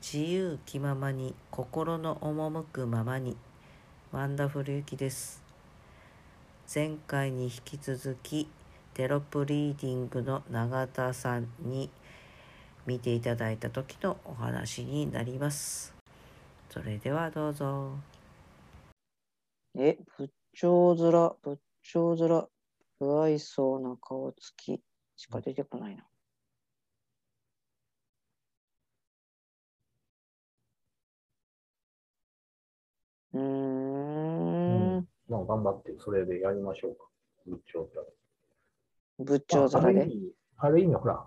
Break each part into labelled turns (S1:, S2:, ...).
S1: 自由気ままに心の赴くままにワンダフルゆきです前回に引き続きテロップリーディングの永田さんに見ていただいた時のお話になりますそれではどうぞ
S2: え、仏頂面、仏頂面、不愛想な顔つきしか出てこないな。うーん、
S3: まあ、頑張って、それでやりましょうか。仏頂
S2: 仏
S3: 面。
S2: 頂
S3: まあ、あ
S2: 面
S3: る意
S2: で。
S3: 味、ある意味、ほら、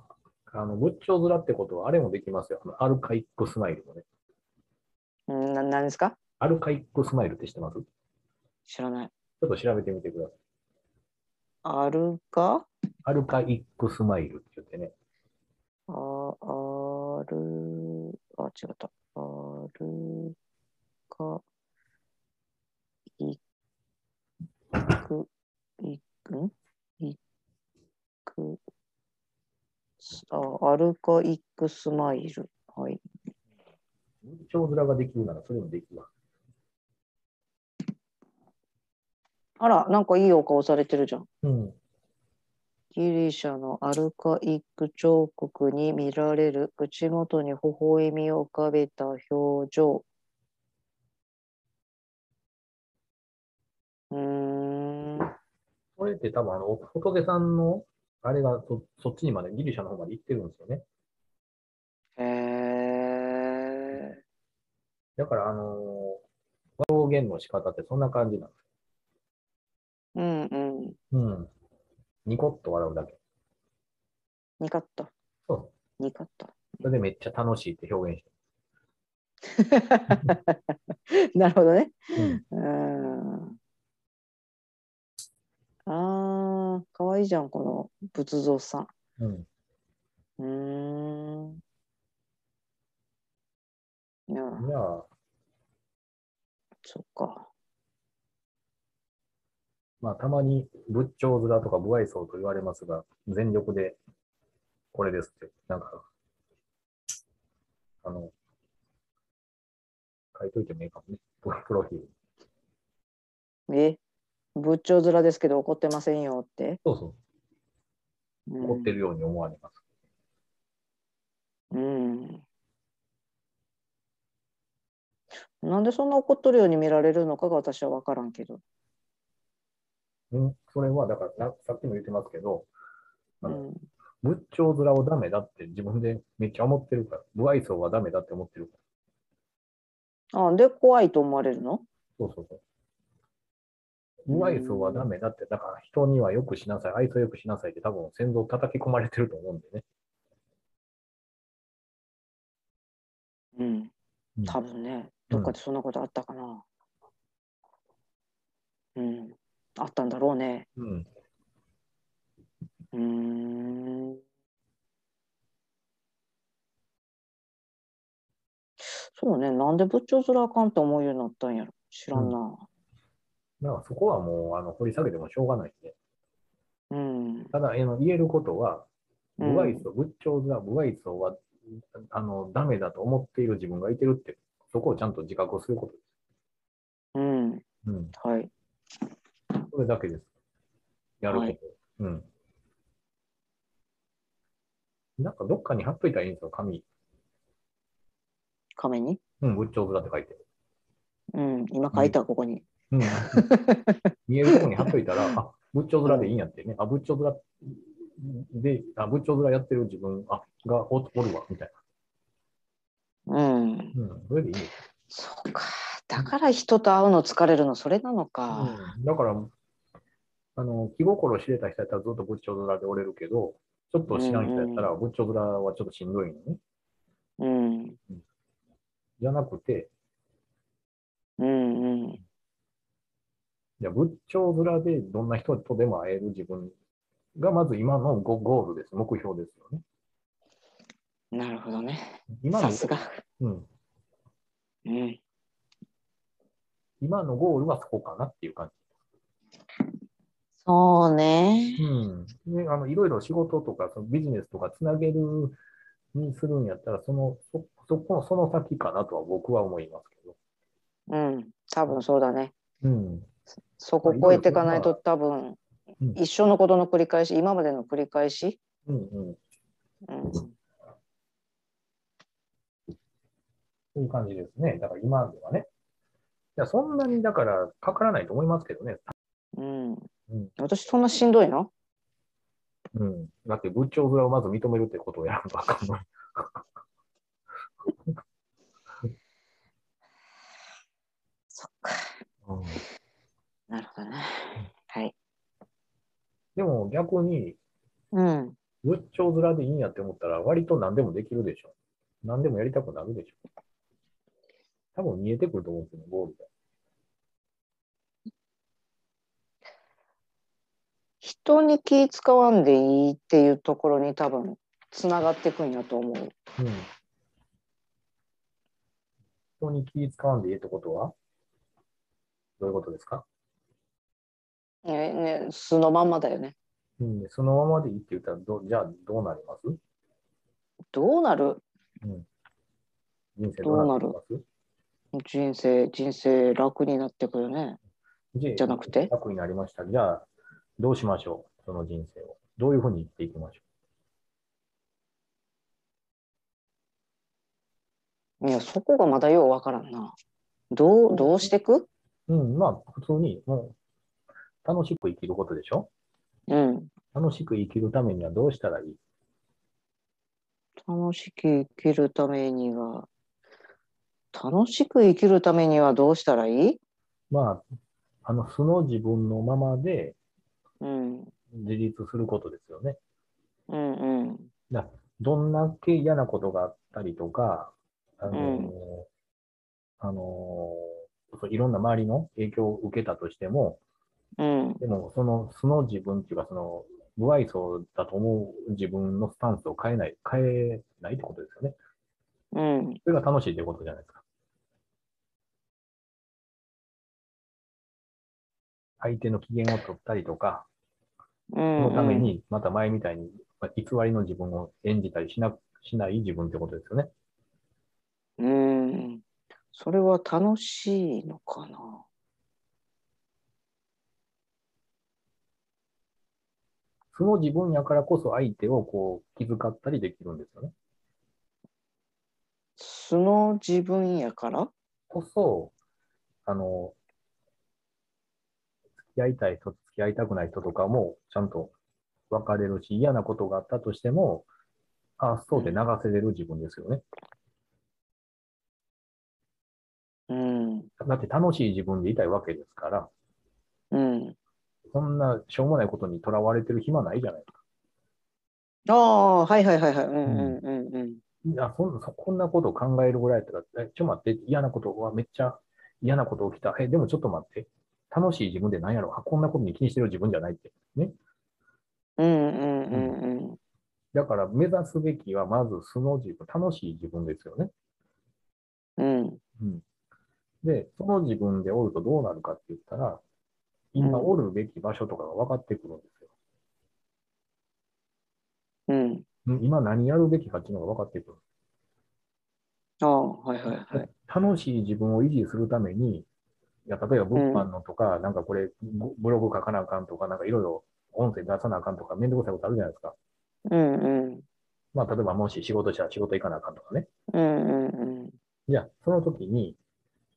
S3: あの、仏頂面ってことは、あれもできますよ。あのアルカイックスマイルもね。
S2: うんな何ですか
S3: アルカイックスマイルって知ってますち
S2: 知らない。
S3: ょっと調べてみてください。
S2: あるか
S3: アルカイックスマイルって言ってね。
S2: あ、ある、あ、違った。あるか、いく、いく、んいく、すあ、アルカイックスマイル。はい。
S3: 仏頂面ができるなら、それもできます。
S2: あら、なんかいいお顔されてるじゃん。
S3: うん。
S2: ギリシャのアルカイック彫刻に見られる口元に微笑みを浮かべた表情。うーん。
S3: それって多分、あの、仏さんの、あれがそ、そっちにまで、ギリシャの方まで行ってるんですよね。
S2: へえ。
S3: だから、あのー表現の仕方ってそんな感じなんです。
S2: うんうん。
S3: うん。ニコッと笑うだけ。
S2: にかった。
S3: そう。
S2: にかった。
S3: それでめっちゃ楽しいって表現して
S2: なるほどね。
S3: る。うん
S2: うーん。ああ、かわいいじゃん、この仏像さん。
S3: うん、
S2: うーん。いや、
S3: じゃあ、
S2: そっか。
S3: まあ、たまに仏頂面とか不愛想と言われますが、全力でこれですって、なんか、あの、書いといてもいいかもね、プロプロフィール。
S2: え、仏頂面ですけど怒ってませんよって。
S3: そうそ
S2: うん
S3: う、怒ってるように思われます。
S2: うん。なんでそんな怒っとるように見られるのかが私は分からんけど。
S3: うん、それは、だからな、さっきも言ってますけど、
S2: う
S3: あの
S2: ん。
S3: 仏頂面をダメだって自分でめっちゃ思ってるから、不愛想はダメだって思ってるから。
S2: あ、で、怖いと思われるの
S3: そうそうそう。無愛想はダメだって、だから人にはよくしなさい、愛想よくしなさいって多分先祖叩き込まれてると思うんでね。
S2: うん
S3: う。ん
S2: 多分ね、
S3: う
S2: ど
S3: ん
S2: っかでそんなことあったかな。うん。あったんだろうね。
S3: うん。
S2: うーんそうね、なんで仏頂面あかんって思うようになったんやろ。知らんな。
S3: だからそこはもうあの掘り下げてもしょうがないね。
S2: うん。
S3: ただ、あの言えることは、
S2: うん
S3: 無愛想、仏頂面、無愛想はあのダメだと思っている自分がいてるって、そこをちゃんと自覚することで
S2: うん。
S3: す。うん。
S2: はい。
S3: それだけです。やること。
S2: はい
S3: うん。なんかどっかに貼っといたらいいんですよ、紙。
S2: 亀に。
S3: うん、仏頂面って書いて。
S2: うん。今書いた、ここに。
S3: うん見えるところに貼っとい たら、あ、仏頂面でいいんやってね。あ、仏頂面で、あ、仏頂面やってる自分あがおおるわ、みたい
S2: うん。
S3: な。うん、それでいいよ。
S2: そうか。だから人と会うの疲れるの、それなのか。
S3: うん、だから、あの、気心知れた人やったらずっと仏頂面でおれるけど、ちょっと知らん人やったら仏頂面はちょっとしんどいのね。
S2: うん。
S3: じゃなくて、
S2: うん。うん。
S3: じゃ仏頂面でどんな人とでも会える自分が、まず今のゴゴールです。目標ですよね。
S2: なるほどね。
S3: 今の
S2: さ、すが。
S3: うん、
S2: うん。
S3: 今のゴールはそこかなっていう感じ。
S2: そうね。
S3: うん、ねあのいろいろ仕事とかそのビジネスとかつなげるにするんやったら、その、そ、そこの、その先かなとは僕は思いますけど。
S2: うん、多分そうだね。
S3: うん。
S2: そこ超えていかないと多分
S3: うん
S2: 一生のことの繰り返し、今までの繰り返し、
S3: うんうん。
S2: うん、
S3: そういう感じですね。だから今ではね。いや、そんなに、だから、かからないと思いますけどね。
S2: うん
S3: うん。
S2: 私そんなしんどいの
S3: うん。だって、仏頂面をまず認めるってことをやるとあか んの。
S2: そっか。
S3: うん
S2: なるほどね。はい。
S3: でも、逆に、
S2: うん。
S3: 仏頂面でいいんやって思ったら、割と何でもできるでしょ。何でもやりたくなるでしょ。多分見えてくると思うんですよね、ゴールが。
S2: 人に気使わんでいいっていうところに多分つながってくんやと思う。
S3: うん。人に気使わんでいいってことはどういうことですか
S2: ねね、素のまんまだよね。
S3: うん、そのままでいいって言ったらど、じゃあどうなります
S2: どうなる
S3: 人生どうなってます
S2: 人生、人生楽になってくよね。
S3: じ
S2: じゃなくて
S3: 楽になりました。じゃあ、どうしましょうその人生を。どういうふうに生きていきましょ
S2: いや、そこがまだようわからんな。どう、どうしてく
S3: ううん、まあ、普通に、もう、楽しく生きることでしょ
S2: うん。
S3: 楽しく生きるためにはどうしたらいい
S2: 楽しく生きるためには、楽しく生きるためにはどうしたらいい
S3: まあ、あの素の自分のままで
S2: うん。
S3: 自立することですよね。
S2: うんうん。
S3: どんだけ嫌なことがあったりとか、あのー
S2: うん
S3: あのーそういろんな周りの影響を受けたとしても、
S2: うん。
S3: でもその素の自分っていうか、その無愛想だと思う自分のスタンスを変えない、変えないってことですよね。
S2: うん。
S3: それが楽しいってことじゃないですか。相手の機嫌を取ったりとか、
S2: う
S3: そのため
S2: ん。
S3: に、また前みたいに、まあ偽りの自分を演じたりしなしない自分ってことですよね。
S2: うん。それは楽しいのかな。
S3: その自分やからこそ相手をこう気遣ったりできるんですよね。
S2: 素の自分やから
S3: こそ、あの、付き合いたい人、付き合いたくない人とかもちゃんと別れるし、嫌なことがあったとしても、あそうで流せれる自分ですよね。
S2: うん。
S3: だって楽しい自分でいたいわけですから、
S2: うん。
S3: そんなしょうもないことにとらわれてる暇ないじゃないですか。
S2: ああ、はいはいはいはい。うんうんうんうん。
S3: いや、そんそこんなことを考えるぐらいだったら、えちょっと待って、嫌なことはめっちゃ嫌なこと起きた。え、でもちょっと待って、楽しい自分で何やろあ、こんなことに気にしてる自分じゃないって。ね。
S2: うんうんうんうん。
S3: だから目指すべきは、まず素の自分、楽しい自分ですよね。
S2: うん。
S3: うん。で、その自分でおるとどうなるかって言ったら、今
S2: うん
S3: おるべき場所とかが分かってくるんですよ。
S2: うん。
S3: うん、今何やるべきかっていうのが分かってくる。
S2: ああ、はいはいはい。
S3: 楽しい自分を維持するために、いや例えば物販のとか、なんかこれ、ブブログ書かなあかんとか、なんかいろいろ音声出さなあかんとか、面倒くさいことあるじゃないですか。
S2: うんうん。
S3: まあ、例えばもし仕事したら仕事行かなあかんとかね。
S2: うんうんうん。
S3: じゃあ、その時に、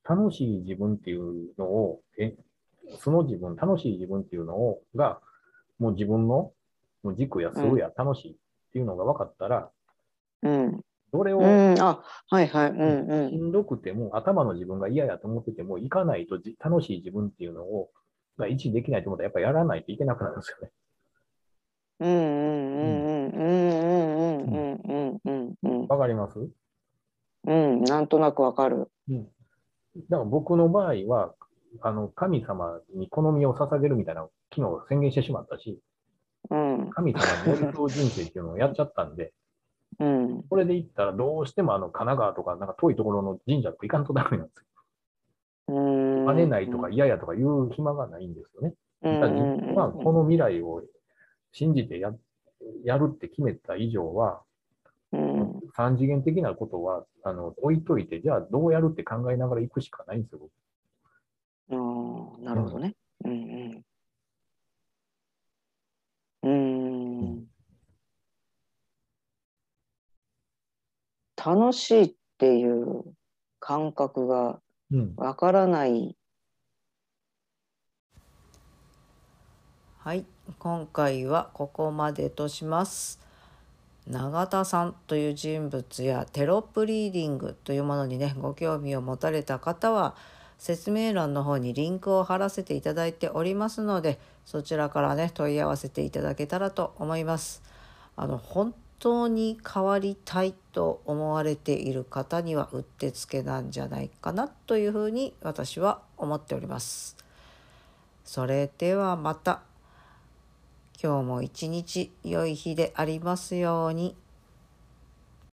S3: 楽しい自分っていうのを、え、その自分、楽しい自分っていうのを、が、もう自分のもう軸や数や楽しいっていうのが分かったら、
S2: うん。
S3: どれを
S2: うん。あ、はいはい。うんう
S3: し
S2: ん。
S3: んどくても、頭の自分が嫌やと思ってても、行かないとじ楽しい自分っていうのを、が維持できないと思ったら、やっぱやらないといけなくなるんですよね。
S2: うんうんうんうんうんうんうんうんうん
S3: わかります
S2: うんうんなんとなくわかる。
S3: だから僕の場合は、あの、神様に好みを捧げるみたいな、機能を宣言してしまったし、
S2: うん
S3: 神様の理想人生っていうのをやっちゃったんで、
S2: うん
S3: これで行ったらどうしてもあの、神奈川とか、なんか遠いところの神社とか行かんとダメなんですよ。
S2: うん。
S3: 跳ねないとか嫌やとか言う暇がないんですよね。
S2: う
S3: だ
S2: ん
S3: か
S2: う
S3: ら自
S2: ん
S3: 分はこの未来を信じてややるって決めた以上は、
S2: うんうん
S3: 三次元的なことは、あの、置いといて、じゃあどうやるって考えながら行くしかないんですよ。
S4: ああ、なるほどね。うんうん。うーん。楽しいっていう感覚が
S3: うん。
S4: わからない。
S2: はい、今回はここまでとします。永田さんという人物やテロップリーディングというものにねご興味を持たれた方は説明欄の方にリンクを貼らせていただいておりますのでそちらからね問い合わせていただけたらと思います。あの本当に変わりたいと思われている方にはうってつけなんじゃないかなというふうに私は思っております。それではまた。今日も一日良い日でありますように。